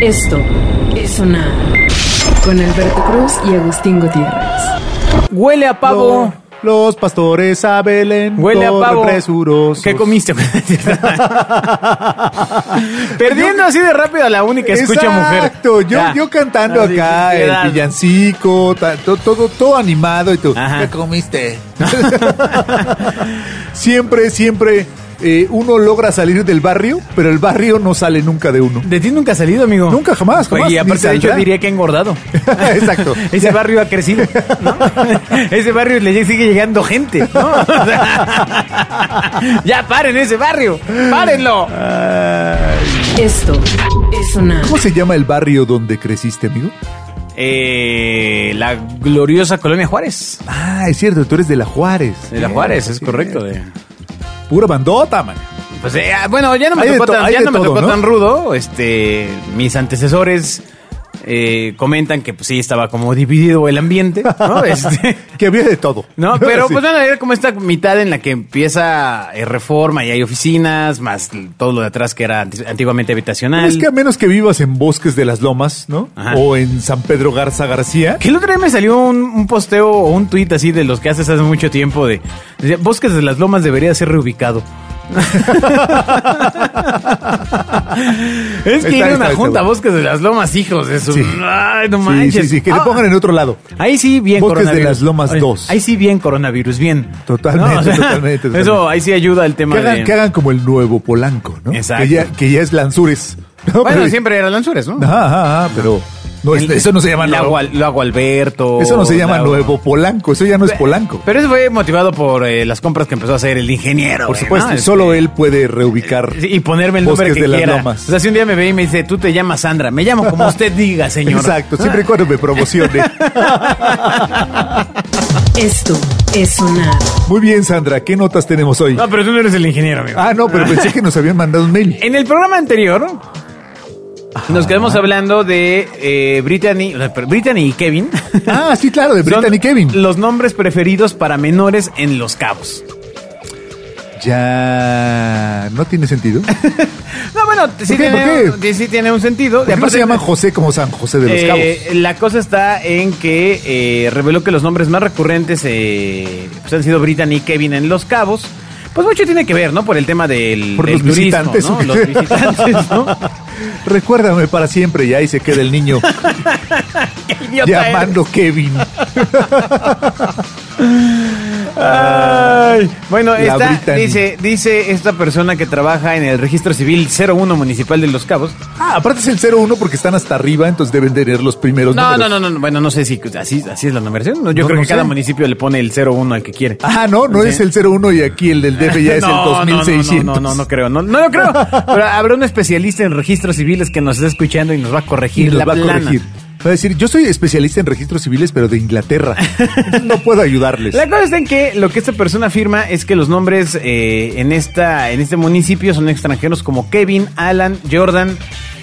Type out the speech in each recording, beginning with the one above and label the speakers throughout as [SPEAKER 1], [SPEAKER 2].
[SPEAKER 1] Esto es sonar con Alberto Cruz y Agustín Gutiérrez.
[SPEAKER 2] Huele a pavo.
[SPEAKER 3] Los pastores a Belén.
[SPEAKER 2] Huele a
[SPEAKER 3] corren
[SPEAKER 2] pavo.
[SPEAKER 3] Presurosos.
[SPEAKER 2] ¿Qué comiste? Perdiendo así de rápido a la única escucha mujer.
[SPEAKER 3] Exacto. Yo,
[SPEAKER 2] Ya.
[SPEAKER 3] yo cantando
[SPEAKER 2] Así,
[SPEAKER 3] acá el
[SPEAKER 2] quedado.
[SPEAKER 3] villancico, ta- to- todo, todo animado y tú.
[SPEAKER 2] Ajá.
[SPEAKER 3] ¿Qué comiste? siempre, siempre eh, uno logra salir del barrio, pero el barrio no sale nunca de uno.
[SPEAKER 2] De ti nunca ha salido, amigo.
[SPEAKER 3] Nunca, jamás,
[SPEAKER 2] Oye,
[SPEAKER 3] jamás,
[SPEAKER 2] y
[SPEAKER 3] ni
[SPEAKER 2] aparte, de hecho,
[SPEAKER 3] saldrá.
[SPEAKER 2] diría que ha engordado.
[SPEAKER 3] Exacto.
[SPEAKER 2] Ese barrio ha crecido. ¿no? ese barrio le sigue llegando gente. ¿no? O sea, ya paren ese barrio. Párenlo. Ah.
[SPEAKER 1] Esto es sonar
[SPEAKER 3] ¿Cómo se llama el barrio donde creciste, amigo?
[SPEAKER 2] Eh, la gloriosa colonia Juárez.
[SPEAKER 3] Ah, es cierto, tú eres de la Juárez.
[SPEAKER 2] De la Juárez, es
[SPEAKER 3] Sí,
[SPEAKER 2] correcto. de-
[SPEAKER 3] Pura bandota, man.
[SPEAKER 2] Pues eh, ah, bueno, ya no me
[SPEAKER 3] Hay de
[SPEAKER 2] tocó,
[SPEAKER 3] to-
[SPEAKER 2] tan,
[SPEAKER 3] hay
[SPEAKER 2] ya
[SPEAKER 3] de
[SPEAKER 2] no me
[SPEAKER 3] todo,
[SPEAKER 2] tocó
[SPEAKER 3] ¿no?
[SPEAKER 2] tan rudo. Este, mis antecesores eh, comentan que pues sí estaba como dividido el ambiente, ¿no? Este,
[SPEAKER 3] Que había de todo.
[SPEAKER 2] no, pero
[SPEAKER 3] Sí.
[SPEAKER 2] pues van a ver como esta mitad en la que empieza eh, reforma y hay oficinas, más todo lo de atrás que era anti- antiguamente habitacional.
[SPEAKER 3] Es que a menos que vivas en Bosques de las Lomas, ¿no?
[SPEAKER 2] Ajá.
[SPEAKER 3] O en San Pedro Garza García.
[SPEAKER 2] Que el otro día me salió un, un posteo o un tuit así de los que haces hace mucho tiempo de decía, Bosques de las Lomas debería ser reubicado. es que
[SPEAKER 3] Está,
[SPEAKER 2] ir a
[SPEAKER 3] está,
[SPEAKER 2] una
[SPEAKER 3] está
[SPEAKER 2] junta
[SPEAKER 3] bueno.
[SPEAKER 2] Bosques de las Lomas, hijos, eso.
[SPEAKER 3] Sí.
[SPEAKER 2] Ay, no
[SPEAKER 3] Sí,
[SPEAKER 2] manches.
[SPEAKER 3] sí, sí, que
[SPEAKER 2] Ah,
[SPEAKER 3] le pongan en otro lado.
[SPEAKER 2] Ahí sí, bien
[SPEAKER 3] Bosques de
[SPEAKER 2] coronavirus.
[SPEAKER 3] las Lomas
[SPEAKER 2] Oye,
[SPEAKER 3] 2.
[SPEAKER 2] Ahí sí, bien coronavirus, bien.
[SPEAKER 3] Totalmente, totalmente, totalmente.
[SPEAKER 2] Eso ahí sí ayuda el tema
[SPEAKER 3] Que hagan,
[SPEAKER 2] de.
[SPEAKER 3] que hagan como el nuevo Polanco, ¿no?
[SPEAKER 2] Exacto.
[SPEAKER 3] Que ya, que ya es Lanzures. ¿no?
[SPEAKER 2] Bueno,
[SPEAKER 3] Pero-
[SPEAKER 2] siempre era Lanzures, ¿no?
[SPEAKER 3] Ajá, ajá, ajá, pero no, es- eso no se llama
[SPEAKER 2] Lago,
[SPEAKER 3] nuevo.
[SPEAKER 2] Al- Lago Alberto.
[SPEAKER 3] Eso no se llama
[SPEAKER 2] Lago-
[SPEAKER 3] nuevo Polanco. Eso ya no es Polanco.
[SPEAKER 2] Pero eso fue motivado por eh, las compras que empezó a hacer el ingeniero.
[SPEAKER 3] Por
[SPEAKER 2] güey,
[SPEAKER 3] supuesto,
[SPEAKER 2] ¿no?
[SPEAKER 3] solo
[SPEAKER 2] Este, eh,
[SPEAKER 3] él puede reubicar.
[SPEAKER 2] sí, Y ponerme el nombre
[SPEAKER 3] Bosques
[SPEAKER 2] que
[SPEAKER 3] de las
[SPEAKER 2] quiera.
[SPEAKER 3] Lomas.
[SPEAKER 2] O sea, si un día me ve y me dice, tú te llamas Sandra, me llamo como usted diga, señor.
[SPEAKER 3] Exacto, siempre y cuando me promocione.
[SPEAKER 1] Esto es sonar
[SPEAKER 3] Muy bien, Sandra, ¿qué notas tenemos hoy?
[SPEAKER 2] Ah. No, pero tú no eres el ingeniero, amigo.
[SPEAKER 3] Ah, no, pero pensé que nos habían mandado un mail.
[SPEAKER 2] En el programa anterior
[SPEAKER 3] Ah.
[SPEAKER 2] nos quedamos hablando de eh, Brittany, Brittany y Kevin.
[SPEAKER 3] Ah, sí, claro, de
[SPEAKER 2] Son
[SPEAKER 3] Brittany Kevin.
[SPEAKER 2] Los nombres preferidos para menores en Los Cabos.
[SPEAKER 3] Ya no tiene sentido.
[SPEAKER 2] No, bueno, sí,
[SPEAKER 3] ¿Por qué?
[SPEAKER 2] tiene,
[SPEAKER 3] ¿Por qué?
[SPEAKER 2] sí tiene un sentido.
[SPEAKER 3] ¿Por qué no se llama José como San José de los
[SPEAKER 2] Eh,
[SPEAKER 3] Cabos?
[SPEAKER 2] La cosa está en que eh, reveló que los nombres más recurrentes eh, pues han sido Brittany y Kevin en Los Cabos. Pues mucho tiene que ver, ¿no? Por el tema del,
[SPEAKER 3] Por
[SPEAKER 2] del
[SPEAKER 3] los visitantes,
[SPEAKER 2] ¿no?
[SPEAKER 3] ¿o qué?
[SPEAKER 2] Los visitantes, ¿no?
[SPEAKER 3] Recuérdame para siempre y ahí se queda el niño
[SPEAKER 2] Qué idiota ¿eh? eres.
[SPEAKER 3] llamando Kevin.
[SPEAKER 2] Ay. Bueno,
[SPEAKER 3] La
[SPEAKER 2] esta-
[SPEAKER 3] Brittany.
[SPEAKER 2] dice, dice esta persona que trabaja en el registro civil 01 municipal de Los Cabos.
[SPEAKER 3] Ah, aparte es el 01 porque están hasta arriba, entonces deben tener los primeros
[SPEAKER 2] No, no,
[SPEAKER 3] números.
[SPEAKER 2] no, no, no, bueno, no sé si así, así es la numeración. No, yo
[SPEAKER 3] No,
[SPEAKER 2] creo
[SPEAKER 3] no
[SPEAKER 2] que cada
[SPEAKER 3] sé.
[SPEAKER 2] municipio le pone el 01 al que quiere.
[SPEAKER 3] Ah, no, no
[SPEAKER 2] Sí.
[SPEAKER 3] es el 01 y aquí el del DF ya es
[SPEAKER 2] No,
[SPEAKER 3] el 2600.
[SPEAKER 2] No, no, no, no, no creo, no, no lo creo. Pero habrá un especialista en registros civiles que nos está escuchando y nos va a
[SPEAKER 3] Y
[SPEAKER 2] corregir
[SPEAKER 3] nos
[SPEAKER 2] la
[SPEAKER 3] va a
[SPEAKER 2] plana.
[SPEAKER 3] corregir. Va a decir, yo soy especialista en registros civiles, pero de Inglaterra. Entonces no puedo ayudarles.
[SPEAKER 2] La cosa está en que lo que esta persona afirma es que los nombres eh, en, esta, en este municipio son extranjeros como Kevin, Alan, Jordan.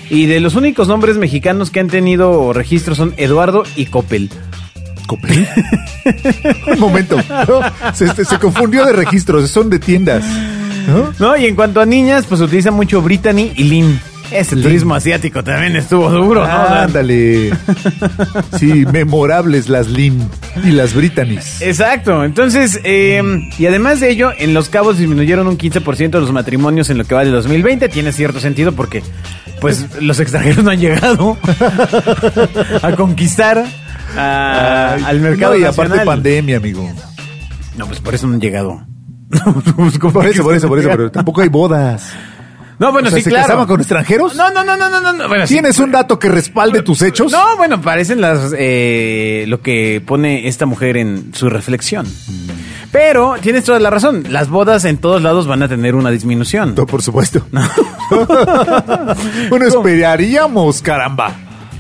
[SPEAKER 2] Y de los únicos nombres mexicanos que han tenido registro son Eduardo y Coppel.
[SPEAKER 3] ¿Copel? Un momento. ¿no? Se, se- se confundió de registros, son de tiendas. ¿no?
[SPEAKER 2] ¿No? Y en cuanto a niñas, pues utilizan mucho Brittany y Lynn. Ese
[SPEAKER 3] Lynn.
[SPEAKER 2] turismo asiático también estuvo duro, ¿no? O sea,
[SPEAKER 3] Ándale. Sí, memorables las Lynn y las Britannies.
[SPEAKER 2] Eh, Exacto, entonces, eh, y además de ello, en Los Cabos disminuyeron un 15% los matrimonios en lo que va de 2020. Tiene cierto sentido porque, pues, los extranjeros no han llegado a conquistar a- al mercado
[SPEAKER 3] No, y
[SPEAKER 2] nacional.
[SPEAKER 3] aparte pandemia, amigo.
[SPEAKER 2] No, pues por eso no han llegado. Pues,
[SPEAKER 3] Por eso, por eso, por eso, pero tampoco hay bodas.
[SPEAKER 2] No, bueno,
[SPEAKER 3] O sea,
[SPEAKER 2] sí,
[SPEAKER 3] ¿se
[SPEAKER 2] claro.
[SPEAKER 3] casaban con extranjeros?
[SPEAKER 2] No, no, no, no, no, no, no. Bueno, sí.
[SPEAKER 3] ¿Tienes un dato que respalde tus hechos?
[SPEAKER 2] No, bueno, parecen las eh, lo que pone esta mujer en su reflexión. Pero tienes toda la razón. Las bodas en todos lados van a tener una disminución.
[SPEAKER 3] No, por supuesto. bueno, esperaríamos, caramba.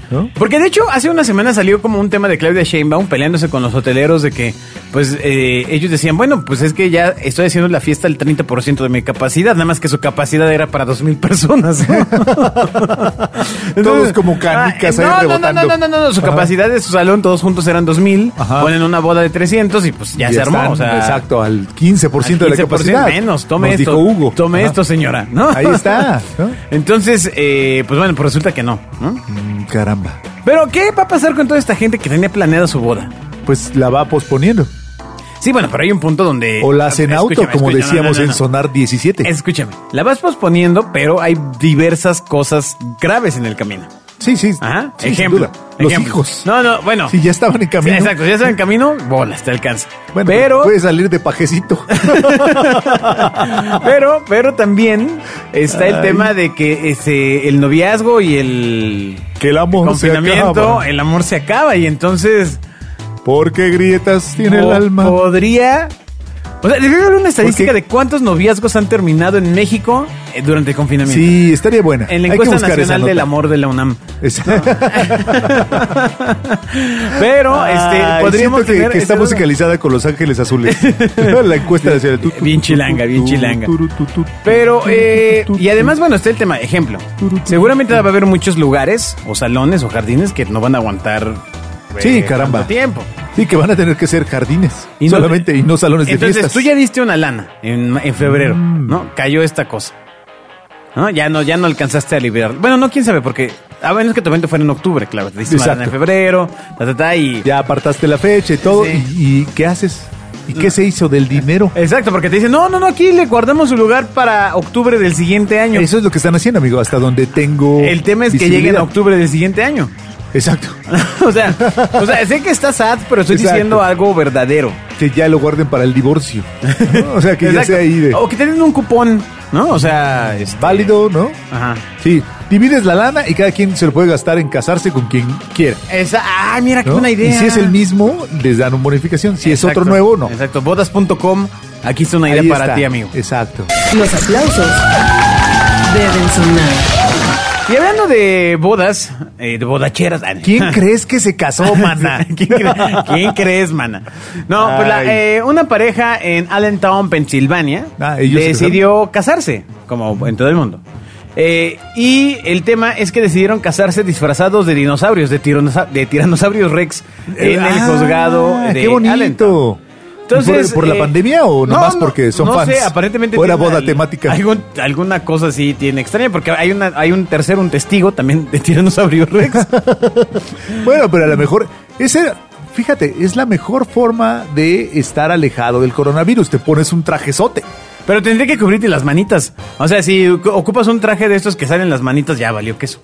[SPEAKER 3] ¿no?
[SPEAKER 2] Porque de hecho hace una semana salió como un tema de Claudia Sheinbaum peleándose con los hoteleros de que pues eh, ellos decían, bueno, pues es que ya estoy haciendo la fiesta al 30% de mi capacidad, nada más que su capacidad era para 2.000 personas.
[SPEAKER 3] Todos como canicas
[SPEAKER 2] Ah,
[SPEAKER 3] ahí
[SPEAKER 2] no, no,
[SPEAKER 3] rebotando.
[SPEAKER 2] no, no, no, no, no, su
[SPEAKER 3] Ajá.
[SPEAKER 2] capacidad de su salón todos juntos eran 2.000,
[SPEAKER 3] Ajá.
[SPEAKER 2] ponen una boda de 300 y pues ya
[SPEAKER 3] Y
[SPEAKER 2] se armó.
[SPEAKER 3] están,
[SPEAKER 2] o sea,
[SPEAKER 3] exacto, al 15%,
[SPEAKER 2] al
[SPEAKER 3] de la
[SPEAKER 2] 15%
[SPEAKER 3] capacidad.
[SPEAKER 2] menos, tome
[SPEAKER 3] Nos
[SPEAKER 2] esto.
[SPEAKER 3] dijo Hugo.
[SPEAKER 2] Tome
[SPEAKER 3] Ajá.
[SPEAKER 2] esto, señora, ¿no?
[SPEAKER 3] Ahí está. ¿no?
[SPEAKER 2] Entonces, eh, pues bueno, pues resulta que no, ¿no?
[SPEAKER 3] Mm, Caramba.
[SPEAKER 2] Pero ¿qué va a pasar con toda esta gente que tenía planeada su boda?
[SPEAKER 3] Pues la va posponiendo.
[SPEAKER 2] Sí, bueno, pero hay un punto donde...
[SPEAKER 3] O la hacen auto,
[SPEAKER 2] Eh, Escúchame,
[SPEAKER 3] como
[SPEAKER 2] escúchame,
[SPEAKER 3] decíamos
[SPEAKER 2] no, no, no,
[SPEAKER 3] en
[SPEAKER 2] no.
[SPEAKER 3] Sonar 17.
[SPEAKER 2] Escúchame, la vas posponiendo, pero hay diversas cosas graves en el camino.
[SPEAKER 3] Sí, sí.
[SPEAKER 2] Ajá.
[SPEAKER 3] sí, sin
[SPEAKER 2] ejemplo.
[SPEAKER 3] duda. Los
[SPEAKER 2] ejemplo.
[SPEAKER 3] hijos.
[SPEAKER 2] No, no, bueno.
[SPEAKER 3] Si ya estaban en camino.
[SPEAKER 2] Sí, exacto, si ya están en camino, bolas, te alcanza.
[SPEAKER 3] Bueno, pues
[SPEAKER 2] pero,
[SPEAKER 3] puede salir de pajecito.
[SPEAKER 2] pero, pero también está el
[SPEAKER 3] Ay.
[SPEAKER 2] tema de que este, el noviazgo y el
[SPEAKER 3] que el amor se
[SPEAKER 2] confinamiento, eh.
[SPEAKER 3] acaba.
[SPEAKER 2] el amor se acaba y entonces
[SPEAKER 3] Porque grietas tiene el
[SPEAKER 2] po-
[SPEAKER 3] alma.
[SPEAKER 2] podría... O sea, debería haber una estadística
[SPEAKER 3] Porque-
[SPEAKER 2] de cuántos noviazgos han terminado en México eh, durante el confinamiento.
[SPEAKER 3] Sí, estaría buena.
[SPEAKER 2] En la
[SPEAKER 3] Hay que
[SPEAKER 2] encuesta
[SPEAKER 3] buscar esa
[SPEAKER 2] nacional del
[SPEAKER 3] nota.
[SPEAKER 2] amor de la UNAM.
[SPEAKER 3] Esa-
[SPEAKER 2] Pero,
[SPEAKER 3] Ay,
[SPEAKER 2] este, podríamos
[SPEAKER 3] siento que,
[SPEAKER 2] tener
[SPEAKER 3] que está
[SPEAKER 2] este-
[SPEAKER 3] musicalizada con Los Ángeles Azules. la encuesta nacional. Tu, tu,
[SPEAKER 2] Bien
[SPEAKER 3] tu,
[SPEAKER 2] chilanga,
[SPEAKER 3] tu,
[SPEAKER 2] bien
[SPEAKER 3] tu,
[SPEAKER 2] chilanga.
[SPEAKER 3] tu, tu, tu, tu,
[SPEAKER 2] Pero,
[SPEAKER 3] tu,
[SPEAKER 2] eh,
[SPEAKER 3] tu, tu,
[SPEAKER 2] y además, bueno, está el tema, ejemplo. Seguramente va a haber muchos lugares, o salones, o jardines que no van a aguantar. eh,
[SPEAKER 3] Sí, caramba.
[SPEAKER 2] tanto tiempo.
[SPEAKER 3] Sí, que van a tener que ser jardines.
[SPEAKER 2] Y no-
[SPEAKER 3] solamente, y no salones de
[SPEAKER 2] Entonces,
[SPEAKER 3] fiestas. Mm.
[SPEAKER 2] tú ya diste una lana en, en febrero, ¿no? Cayó esta cosa. ¿No? Ya no, ya no alcanzaste a liberar. Bueno, no, quién sabe, porque a menos que tu evento fuera en octubre, claro. Te diste una lana en
[SPEAKER 3] Exacto.
[SPEAKER 2] febrero, ta, ta, ta, y.
[SPEAKER 3] Ya apartaste la fecha y todo.
[SPEAKER 2] Sí. Mm.
[SPEAKER 3] Y, y qué haces? ¿Y qué se hizo del dinero?
[SPEAKER 2] Exacto, porque te dicen, no, no, no, aquí le guardamos su lugar para octubre del siguiente año.
[SPEAKER 3] Eso es lo que están haciendo, amigo. Hasta donde tengo.
[SPEAKER 2] el tema es que llegue en
[SPEAKER 3] visibilidad.
[SPEAKER 2] octubre del siguiente año.
[SPEAKER 3] Exacto.
[SPEAKER 2] o, sea, o sea, sé que está sad, pero estoy
[SPEAKER 3] Exacto.
[SPEAKER 2] diciendo algo verdadero.
[SPEAKER 3] Que ya lo guarden para el divorcio. ¿no? O sea, que ya
[SPEAKER 2] Exacto.
[SPEAKER 3] sea ahí de.
[SPEAKER 2] O que te den un cupón, ¿no? O sea, este-
[SPEAKER 3] Válido, ¿no?
[SPEAKER 2] Ajá.
[SPEAKER 3] Sí. Divides la lana y cada quien se lo puede gastar en casarse con quien quiera.
[SPEAKER 2] Esa, ah, mira, qué
[SPEAKER 3] ¿no?
[SPEAKER 2] buena idea.
[SPEAKER 3] Y si es el mismo, les dan una bonificación. Si es
[SPEAKER 2] Exacto.
[SPEAKER 3] otro nuevo, no.
[SPEAKER 2] Exacto, bodas.com. Aquí está una idea
[SPEAKER 3] Ahí
[SPEAKER 2] para
[SPEAKER 3] está.
[SPEAKER 2] ti, amigo.
[SPEAKER 3] Exacto.
[SPEAKER 1] Los aplausos deben sonar.
[SPEAKER 2] Y hablando de bodas, eh, de bodacheras. ah,
[SPEAKER 3] ¿Quién crees que se casó, mana?
[SPEAKER 2] ¿Quién, cre- quién crees, mana? No, pues la-
[SPEAKER 3] Ay.
[SPEAKER 2] eh, una pareja en Allentown, Pensilvania,
[SPEAKER 3] Ah, ¿ellos se
[SPEAKER 2] decidió casarse, como en todo el mundo. Eh, y el tema es que decidieron casarse disfrazados de dinosaurios, de, tiranosa- de tiranosaurios rex, en el
[SPEAKER 3] Ah,
[SPEAKER 2] juzgado de
[SPEAKER 3] ¡Qué bonito!
[SPEAKER 2] Allentown. Entonces,
[SPEAKER 3] ¿Por, por
[SPEAKER 2] eh,
[SPEAKER 3] la pandemia o nomás porque son
[SPEAKER 2] no
[SPEAKER 3] fans?
[SPEAKER 2] sé, aparentemente.
[SPEAKER 3] ¿O era
[SPEAKER 2] tiene
[SPEAKER 3] boda
[SPEAKER 2] al-
[SPEAKER 3] temática?
[SPEAKER 2] algún- alguna cosa así tiene extraña, porque hay, una, hay un tercero, un testigo también de Tiranosaurio Rex.
[SPEAKER 3] Bueno, pero a lo mejor. Ese, fíjate, es la mejor forma de estar alejado del coronavirus. Te pones un trajezote.
[SPEAKER 2] Pero tendría que cubrirte las manitas. O sea, si ocu- ocupas un traje de estos que salen las manitas, ya valió queso.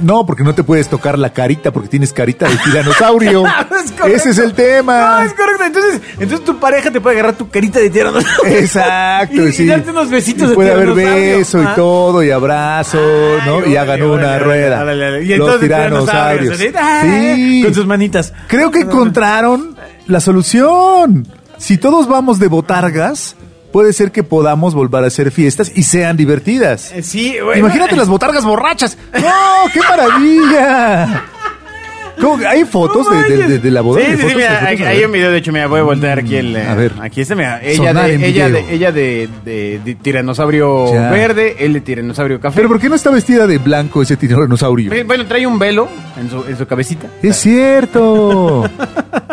[SPEAKER 3] No, porque no te puedes tocar la carita porque tienes carita de tiranosaurio.
[SPEAKER 2] Ah,
[SPEAKER 3] Ese es el tema.
[SPEAKER 2] No, es correcto. Entonces, entonces tu pareja te puede agarrar tu carita de tiranosaurio.
[SPEAKER 3] Exacto,
[SPEAKER 2] y, y
[SPEAKER 3] sí.
[SPEAKER 2] darte unos besitos
[SPEAKER 3] Y
[SPEAKER 2] de
[SPEAKER 3] puede haber
[SPEAKER 2] tiranosaurio.
[SPEAKER 3] beso
[SPEAKER 2] Ah.
[SPEAKER 3] y todo, y abrazo,
[SPEAKER 2] Ay,
[SPEAKER 3] ¿no?
[SPEAKER 2] órale,
[SPEAKER 3] Y hagan una
[SPEAKER 2] órale,
[SPEAKER 3] rueda.
[SPEAKER 2] órale, órale. Y
[SPEAKER 3] Los
[SPEAKER 2] entonces
[SPEAKER 3] tiranosaurios.
[SPEAKER 2] así, ah,
[SPEAKER 3] Sí.
[SPEAKER 2] Con sus manitas.
[SPEAKER 3] Creo que encontraron la solución. Si todos vamos de botargas, puede ser que podamos volver a hacer fiestas y sean divertidas.
[SPEAKER 2] Eh, Sí, bueno.
[SPEAKER 3] Imagínate las botargas borrachas. ¡No! ¡Qué maravilla! ¿Cómo que ¿Hay fotos de, de- de- de la boda?
[SPEAKER 2] Sí,
[SPEAKER 3] ¿Hay
[SPEAKER 2] sí, sí,
[SPEAKER 3] fotos?
[SPEAKER 2] mira,
[SPEAKER 3] ¿Hay
[SPEAKER 2] hay,
[SPEAKER 3] fotos? A
[SPEAKER 2] hay
[SPEAKER 3] ver.
[SPEAKER 2] un video, de hecho, mira, voy a voltear aquí el... eh,
[SPEAKER 3] A ver.
[SPEAKER 2] Aquí está, mira, ella
[SPEAKER 3] Sonar en
[SPEAKER 2] de, ella
[SPEAKER 3] video.
[SPEAKER 2] de, ella de, de- de tiranosaurio
[SPEAKER 3] Ya.
[SPEAKER 2] verde, él de tiranosaurio café.
[SPEAKER 3] Pero ¿por qué no está vestida de blanco ese tiranosaurio?
[SPEAKER 2] Eh, Bueno, trae un velo en su, en su cabecita.
[SPEAKER 3] Es cierto.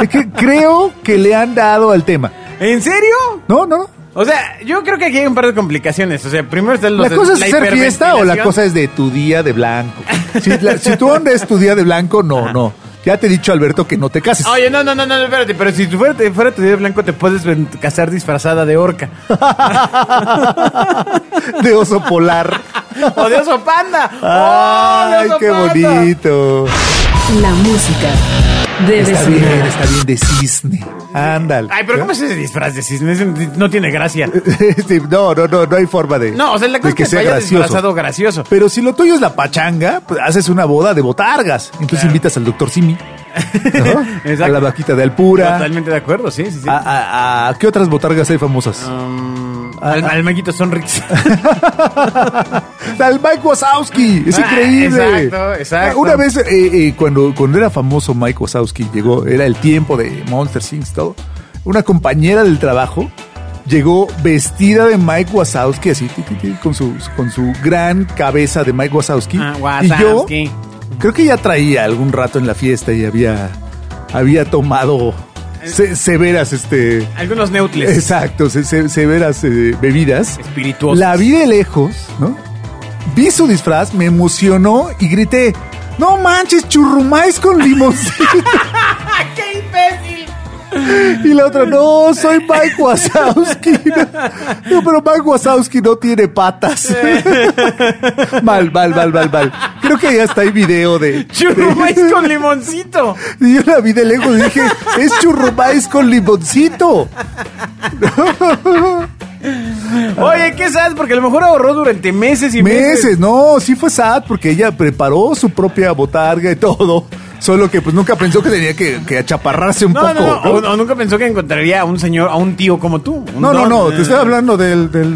[SPEAKER 3] es que creo que le han dado al tema.
[SPEAKER 2] ¿En serio?
[SPEAKER 3] No, no, no.
[SPEAKER 2] O sea, yo creo que aquí hay un par de complicaciones. O sea, primero está los
[SPEAKER 3] ¿La cosa es hacer
[SPEAKER 2] hiperventilación.
[SPEAKER 3] fiesta o la cosa es de tu día de blanco? Si, la- si tu onda es tu día de blanco, no, no. Ya te he dicho, Alberto, que no te cases.
[SPEAKER 2] Oye, no, no, no, no, espérate, pero si fuera, fuera tu día de blanco te puedes ven- casar disfrazada de orca.
[SPEAKER 3] De oso polar.
[SPEAKER 2] ¡O de oso panda! ¡Oh, de
[SPEAKER 3] ¡Ay,
[SPEAKER 2] oso
[SPEAKER 3] qué
[SPEAKER 2] panda!
[SPEAKER 3] bonito!
[SPEAKER 1] La música debe
[SPEAKER 3] Está bien,
[SPEAKER 1] sonar.
[SPEAKER 3] está bien de cisne. Ándale.
[SPEAKER 2] Ay, pero ¿cómo es ese disfraz de cisne? Ese No tiene gracia.
[SPEAKER 3] Sí, no, no, no, no hay forma de.
[SPEAKER 2] No, o sea, la cosa
[SPEAKER 3] Eh, de
[SPEAKER 2] es que, te vayas disfrazado gracioso.
[SPEAKER 3] Pero si lo tuyo es la pachanga, pues haces una boda de botargas. Entonces invitas al doctor Simi, ¿no?
[SPEAKER 2] Exacto.
[SPEAKER 3] a la vaquita de Alpura. Ah,
[SPEAKER 2] Totalmente de acuerdo, sí, sí, sí.
[SPEAKER 3] A, a- a- ¿Qué otras botargas hay famosas?
[SPEAKER 2] Um, Al, al maguito Sonrix.
[SPEAKER 3] Al Mike Wazowski. Es
[SPEAKER 2] Ah,
[SPEAKER 3] increíble.
[SPEAKER 2] exacto, exacto.
[SPEAKER 3] Una vez, eh, eh, cuando, cuando era famoso Mike Wazowski, llegó, era el tiempo de Monster Things, todo. Una compañera del trabajo llegó vestida de Mike Wazowski, así, ti, ti, ti, con, su, con su gran cabeza de Mike Wazowski.
[SPEAKER 2] Ah,
[SPEAKER 3] Y yo
[SPEAKER 2] Wazowski.
[SPEAKER 3] creo que ya traía algún rato en la fiesta y había, había tomado se- severas este,
[SPEAKER 2] Algunos neutles.
[SPEAKER 3] Exacto, se- se- severas eh, bebidas.
[SPEAKER 2] Espirituosas.
[SPEAKER 3] La vi de lejos, ¿no? Vi su disfraz, me emocionó y grité, no manches, churrumáis con limoncito.
[SPEAKER 2] ¡Qué imbécil!
[SPEAKER 3] y la otra, no, soy Mike Wazowski. No, pero Mike Wazowski no tiene patas. mal, mal, mal, mal, mal. Creo que ya está el video de...
[SPEAKER 2] Churrumais
[SPEAKER 3] de-
[SPEAKER 2] con limoncito.
[SPEAKER 3] Y yo la vi de lejos y dije, es churrumais con limoncito.
[SPEAKER 2] Oye, ¿qué sabes? Porque a lo mejor ahorró durante meses y meses.
[SPEAKER 3] Meses, no, sí fue sad porque ella preparó su propia botarga y todo. Solo que pues nunca pensó que tenía que, que achaparrarse un
[SPEAKER 2] No,
[SPEAKER 3] poco.
[SPEAKER 2] no, no,
[SPEAKER 3] No,
[SPEAKER 2] O, o nunca pensó que encontraría a un señor, a un tío como tú. un
[SPEAKER 3] no, no,
[SPEAKER 2] don.
[SPEAKER 3] no, te estoy hablando del, del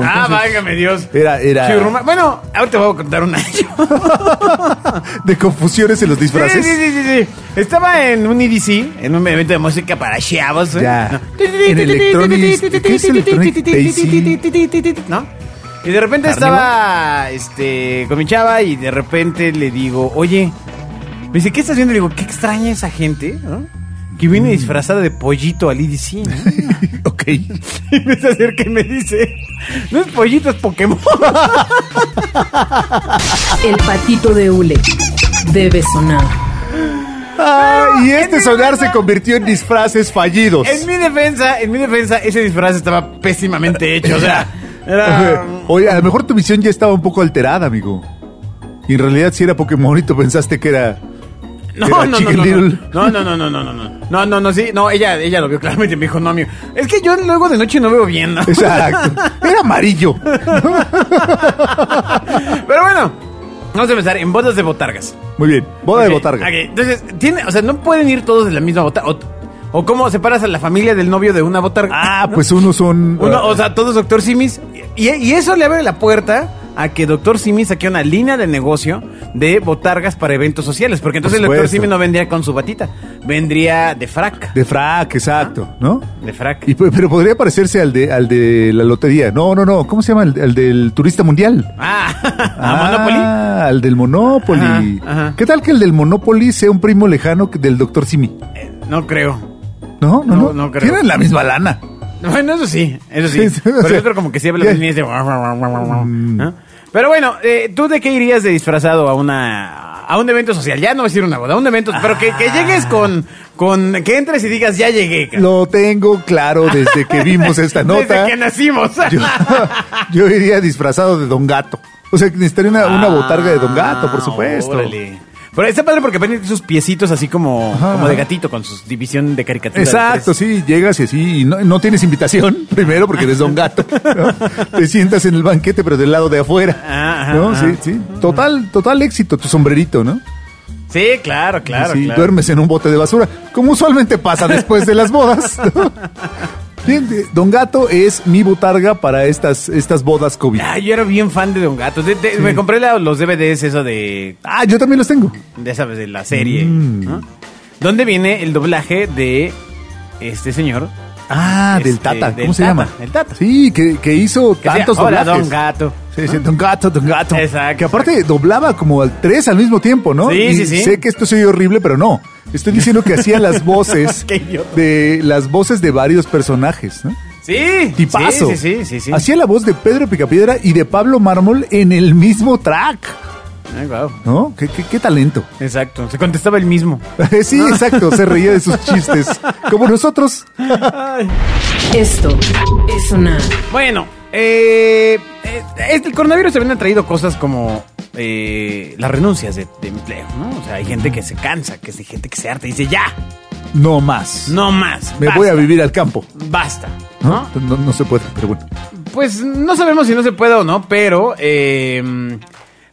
[SPEAKER 2] Ah,
[SPEAKER 3] entonces, eh,
[SPEAKER 2] válgame Dios.
[SPEAKER 3] Era, era
[SPEAKER 2] Churruma- Bueno, ahora te voy a contar una.
[SPEAKER 3] de confusiones en los disfraces.
[SPEAKER 2] Sí, sí, sí, sí, sí. Estaba en un EDC, en un evento de música para chavos. ¿eh?
[SPEAKER 3] Ya.
[SPEAKER 2] No.
[SPEAKER 3] En Electronics- ¿qué es Electronic Daisy?
[SPEAKER 2] ¿No? Y de repente
[SPEAKER 3] ¿Carnival?
[SPEAKER 2] estaba este, con mi chava y de repente le digo, oye, me dice, ¿qué estás viendo? Le digo, qué extraña esa gente, ¿no? Que viene disfrazada de pollito al EDC, ¿no?
[SPEAKER 3] Mm. ok.
[SPEAKER 2] Y me se acerca y me dice, no es pollito, es Pokémon.
[SPEAKER 1] El patito de hule debe sonar.
[SPEAKER 3] Ah, y este
[SPEAKER 2] mi
[SPEAKER 3] sonar
[SPEAKER 2] defensa-
[SPEAKER 3] se convirtió en disfraces fallidos.
[SPEAKER 2] En mi defensa, en mi defensa, ese disfraz estaba pésimamente hecho, o sea, era...
[SPEAKER 3] Oye, a lo mejor tu visión ya estaba un poco alterada, amigo. Y en realidad si era Pokémon y tú pensaste que era...
[SPEAKER 2] No,
[SPEAKER 3] Era
[SPEAKER 2] no, no,
[SPEAKER 3] Chicken
[SPEAKER 2] no,
[SPEAKER 3] Little.
[SPEAKER 2] no, no, no, no, no, no, no, no, no, no, sí, no, ella, ella lo vio claramente, me dijo, no, amigo, es que yo luego de noche no veo bien, ¿no?
[SPEAKER 3] Exacto. Era amarillo.
[SPEAKER 2] pero bueno, vamos a empezar en bodas de botargas.
[SPEAKER 3] Muy bien. Boda de
[SPEAKER 2] Ok,
[SPEAKER 3] botarga.
[SPEAKER 2] ok, Entonces, tiene, o sea, no pueden ir todos de la misma botarga, o, o cómo separas a la familia del novio de una botarga.
[SPEAKER 3] Ah,
[SPEAKER 2] ¿no?
[SPEAKER 3] pues unos son.
[SPEAKER 2] Uno, o sea, todos Doctor Simis. Y, y eso le abre la puerta a que Doctor Simis saque una línea de negocio de botargas para eventos sociales. Porque entonces
[SPEAKER 3] Por
[SPEAKER 2] el Doctor
[SPEAKER 3] supuesto.
[SPEAKER 2] Simis no vendría con su batita, vendría de frac.
[SPEAKER 3] de frac, exacto, ¿no?
[SPEAKER 2] De frac.
[SPEAKER 3] Y, pues, pero podría parecerse al de, al de la lotería. No, no, no. ¿Cómo se llama? El, el del turista mundial.
[SPEAKER 2] Ah, a Monopoly.
[SPEAKER 3] Ah, al del Monopoly.
[SPEAKER 2] Ajá, ajá.
[SPEAKER 3] ¿Qué tal que el del Monopoly sea un primo lejano que- del Dr. Simi?
[SPEAKER 2] Eh, No creo.
[SPEAKER 3] No, no, no.
[SPEAKER 2] No, no creo.
[SPEAKER 3] Tienen la misma lana.
[SPEAKER 2] Bueno, eso sí, eso sí.
[SPEAKER 3] Sí, sí, Mm. o
[SPEAKER 2] Pero
[SPEAKER 3] sea,
[SPEAKER 2] el otro como que sí habla
[SPEAKER 3] ya.
[SPEAKER 2] las líneas de... ¿no? Pero bueno, eh, ¿tú de qué irías de disfrazado a una... A un evento social, ya no voy a decir una boda, a un evento, pero que, que llegues con, con, que entres y digas, ya llegué. cara".
[SPEAKER 3] Ah. Lo tengo claro desde que vimos esta nota.
[SPEAKER 2] Desde que nacimos.
[SPEAKER 3] Yo, yo iría disfrazado de Don Gato. O sea, que necesitaría una, una botarga de Don Gato, por
[SPEAKER 2] Ah,
[SPEAKER 3] supuesto.
[SPEAKER 2] órale. Pero está padre porque ven sus piecitos así como,
[SPEAKER 3] Ajá.
[SPEAKER 2] como de gatito con su división de caricatura.
[SPEAKER 3] Exacto, sí, llegas y así, y no, no tienes invitación, primero porque eres don gato. ¿no? Te sientas en el banquete, pero del lado de afuera.
[SPEAKER 2] Ajá,
[SPEAKER 3] ¿no?
[SPEAKER 2] Ah, ajá.
[SPEAKER 3] Sí, sí. Total, total éxito, tu sombrerito, ¿no?
[SPEAKER 2] Sí, claro, claro.
[SPEAKER 3] Sí,
[SPEAKER 2] claro.
[SPEAKER 3] Duermes en un bote de basura, como usualmente pasa después de las bodas. ¿no? Bien, eh, don Gato es mi botarga para estas, estas bodas COVID.
[SPEAKER 2] Ah, yo era bien fan de Don Gato. De- de- Me compré la- los DVDs, eso de,
[SPEAKER 3] Ah, yo también los tengo.
[SPEAKER 2] de, sabes, de la serie.
[SPEAKER 3] Mm.
[SPEAKER 2] ¿no? ¿Dónde viene el doblaje de este señor?
[SPEAKER 3] Ah, del
[SPEAKER 2] Este,
[SPEAKER 3] Tata,
[SPEAKER 2] del
[SPEAKER 3] ¿cómo se
[SPEAKER 2] Tata,
[SPEAKER 3] llama?
[SPEAKER 2] el Tata.
[SPEAKER 3] Sí, que, que hizo
[SPEAKER 2] Que
[SPEAKER 3] tantos
[SPEAKER 2] decía, Hola,
[SPEAKER 3] doblajes.
[SPEAKER 2] Don Gato.
[SPEAKER 3] Sí, sí, Don Gato, Don Gato.
[SPEAKER 2] Exacto.
[SPEAKER 3] Que aparte doblaba como al tres al mismo tiempo, ¿no?
[SPEAKER 2] Sí,
[SPEAKER 3] Y
[SPEAKER 2] sí, sí.
[SPEAKER 3] Sé que esto se oye horrible, pero no. Estoy diciendo que hacía las voces
[SPEAKER 2] Qué idiota.
[SPEAKER 3] de las voces de varios personajes, ¿no?
[SPEAKER 2] Sí.
[SPEAKER 3] Tipazo.
[SPEAKER 2] Sí, sí, sí. sí, sí.
[SPEAKER 3] Hacía la voz de Pedro Picapiedra y de Pablo Mármol en el mismo track,
[SPEAKER 2] Ay, guau.
[SPEAKER 3] ¿no? Qué, qué- qué talento.
[SPEAKER 2] Exacto. Se contestaba el mismo.
[SPEAKER 3] sí, exacto, se reía de sus chistes, como nosotros.
[SPEAKER 1] Esto es sonar.
[SPEAKER 2] Bueno, eh, eh, este- el coronavirus también ha traído cosas como eh, las renuncias de, de empleo, ¿no? O sea, hay gente que se cansa, que es de gente que se harta y dice, ya,
[SPEAKER 3] No más.
[SPEAKER 2] no más.
[SPEAKER 3] Me
[SPEAKER 2] basta,
[SPEAKER 3] voy a vivir al campo.
[SPEAKER 2] Basta,
[SPEAKER 3] ¿No?
[SPEAKER 2] ¿no?
[SPEAKER 3] ¿No? No se puede, pero bueno.
[SPEAKER 2] Pues no sabemos si no se puede o no, pero... eh,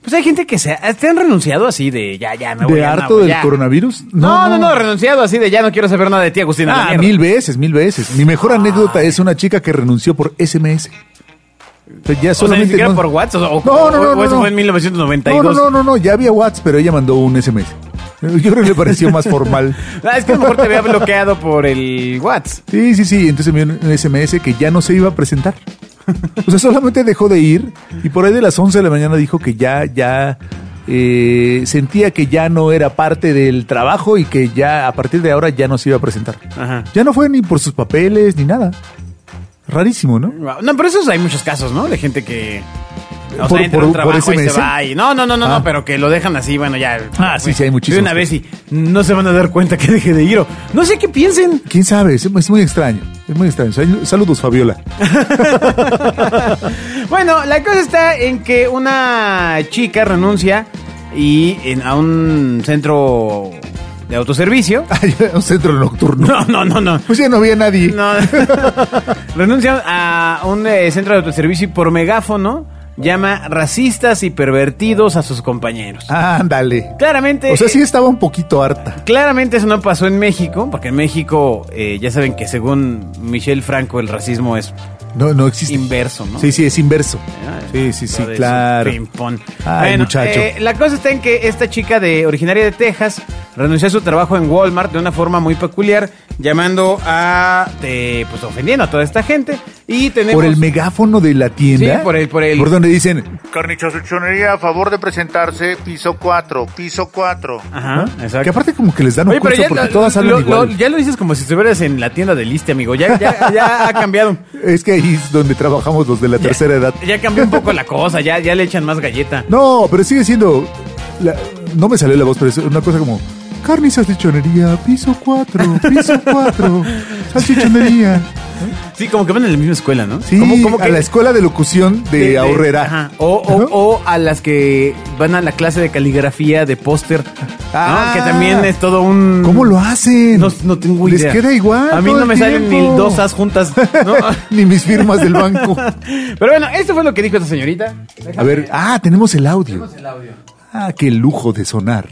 [SPEAKER 2] Pues hay gente que se, te han renunciado así de ya, ya, me voy
[SPEAKER 3] ¿De
[SPEAKER 2] ya, no,
[SPEAKER 3] harto
[SPEAKER 2] güey,
[SPEAKER 3] del
[SPEAKER 2] ya.
[SPEAKER 3] coronavirus?
[SPEAKER 2] No, no, no, renunciado así de ya no quiero saber nada de ti, Agustín. a la
[SPEAKER 3] Ah,
[SPEAKER 2] mierda.
[SPEAKER 3] mil veces, mil veces. Mi mejor anécdota es una chica que renunció por SMS. O
[SPEAKER 2] O
[SPEAKER 3] sea, ya
[SPEAKER 2] sea, ni
[SPEAKER 3] solamente
[SPEAKER 2] siquiera
[SPEAKER 3] no-
[SPEAKER 2] por WhatsApp. O,
[SPEAKER 3] No,
[SPEAKER 2] o-
[SPEAKER 3] no, no,
[SPEAKER 2] o
[SPEAKER 3] no,
[SPEAKER 2] eso
[SPEAKER 3] no.
[SPEAKER 2] fue en 1992.
[SPEAKER 3] No, no, no, no, no, ya había WhatsApp, pero ella mandó un SMS. Yo creo que le pareció más formal.
[SPEAKER 2] Ah, es que a lo mejor te había bloqueado por el WhatsApp.
[SPEAKER 3] Sí, sí, sí. Entonces me dio un SMS que ya no se iba a presentar. O sea, solamente dejó de ir y por ahí de las 11 de la mañana dijo que ya, ya eh, sentía que ya no era parte del trabajo y que ya a partir de ahora ya no se iba a presentar.
[SPEAKER 2] Ajá.
[SPEAKER 3] Ya no fue ni por sus papeles ni nada. Rarísimo, ¿no?
[SPEAKER 2] Wow. No, pero esos hay muchos casos, ¿no? De gente que. O
[SPEAKER 3] Por-
[SPEAKER 2] sea, entra a
[SPEAKER 3] por-
[SPEAKER 2] un
[SPEAKER 3] por
[SPEAKER 2] trabajo y se
[SPEAKER 3] SMS.
[SPEAKER 2] va y. No, no, no, no,
[SPEAKER 3] Ah.
[SPEAKER 2] no, pero que lo dejan así, bueno, ya.
[SPEAKER 3] Ah, sí, sí, hay muchísimos
[SPEAKER 2] De una vez y no se van a dar cuenta que deje de ir o. No sé qué piensen.
[SPEAKER 3] ¿Quién sabe? Es, es muy extraño. Es muy extraño. Sal- Saludos, Fabiola.
[SPEAKER 2] Bueno, la cosa está en que una chica renuncia y en- a un centro de autoservicio.
[SPEAKER 3] Ay, un centro nocturno.
[SPEAKER 2] No, no, no, no.
[SPEAKER 3] Pues ya no había nadie.
[SPEAKER 2] No. Renuncia a un eh, centro de autoservicio y por megáfono llama racistas y pervertidos a sus compañeros.
[SPEAKER 3] Ándale.
[SPEAKER 2] Claramente.
[SPEAKER 3] O sea, sí
[SPEAKER 2] eh,
[SPEAKER 3] estaba un poquito harta.
[SPEAKER 2] Claramente eso no pasó en México, porque en México eh, ya saben que según Michel Franco el racismo es
[SPEAKER 3] No, no existe.
[SPEAKER 2] inverso, ¿no?
[SPEAKER 3] Sí, sí, es inverso. Sí, sí, sí,
[SPEAKER 2] Lo Ah, de su
[SPEAKER 3] claro.
[SPEAKER 2] ping-pong.
[SPEAKER 3] Ay,
[SPEAKER 2] Bueno,
[SPEAKER 3] muchacho.
[SPEAKER 2] eh, la cosa está en que esta chica de originaria de Texas renunció a su trabajo en Walmart de una forma muy peculiar, llamando a eh, pues ofendiendo a toda esta gente y tenemos
[SPEAKER 3] Por el megáfono de la tienda.
[SPEAKER 2] Sí, por el- por el-
[SPEAKER 3] Por donde dicen,
[SPEAKER 4] Carnichosuchonería, a favor de presentarse, piso 4, piso 4.
[SPEAKER 2] Ajá, Ah, exacto.
[SPEAKER 3] que ¿Ah? aparte como que les dan
[SPEAKER 2] Oye, pero
[SPEAKER 3] curso
[SPEAKER 2] ya
[SPEAKER 3] porque
[SPEAKER 2] lo,
[SPEAKER 3] todas hablan
[SPEAKER 2] lo-
[SPEAKER 3] igual.
[SPEAKER 2] lo- ya lo dices como si estuvieras en la tienda de Liste, amigo. Ya, ya, ya ha cambiado.
[SPEAKER 3] Es que ahí es donde trabajamos los de la tercera edad.
[SPEAKER 2] Ya cambió un poco la cosa, ya, ya le echan más galleta.
[SPEAKER 3] No, pero sigue siendo... la- no me salió la voz, pero es una cosa como... Carnisas de chonería, piso 4, piso 4, salchichonería.
[SPEAKER 2] Sí, como que van en la misma escuela, ¿no?
[SPEAKER 3] Sí,
[SPEAKER 2] como, como
[SPEAKER 3] a la escuela de locución de,
[SPEAKER 2] de- de-
[SPEAKER 3] Ahorrera.
[SPEAKER 2] ajá. O, o-
[SPEAKER 3] Ajá.
[SPEAKER 2] o a las que van a la clase de caligrafía, de póster. ¿no?
[SPEAKER 3] Ah.
[SPEAKER 2] Que también es todo un.
[SPEAKER 3] ¿Cómo lo hacen?
[SPEAKER 2] No, no tengo idea.
[SPEAKER 3] Les queda igual.
[SPEAKER 2] A mí
[SPEAKER 3] todo
[SPEAKER 2] no
[SPEAKER 3] el
[SPEAKER 2] me salen ni
[SPEAKER 3] tiempo.
[SPEAKER 2] dos as juntas. ¿no?
[SPEAKER 3] ni mis firmas del banco.
[SPEAKER 2] Pero bueno, esto fue lo que dijo esta señorita.
[SPEAKER 3] A ver, ah, tenemos el audio. Ah, qué lujo de sonar.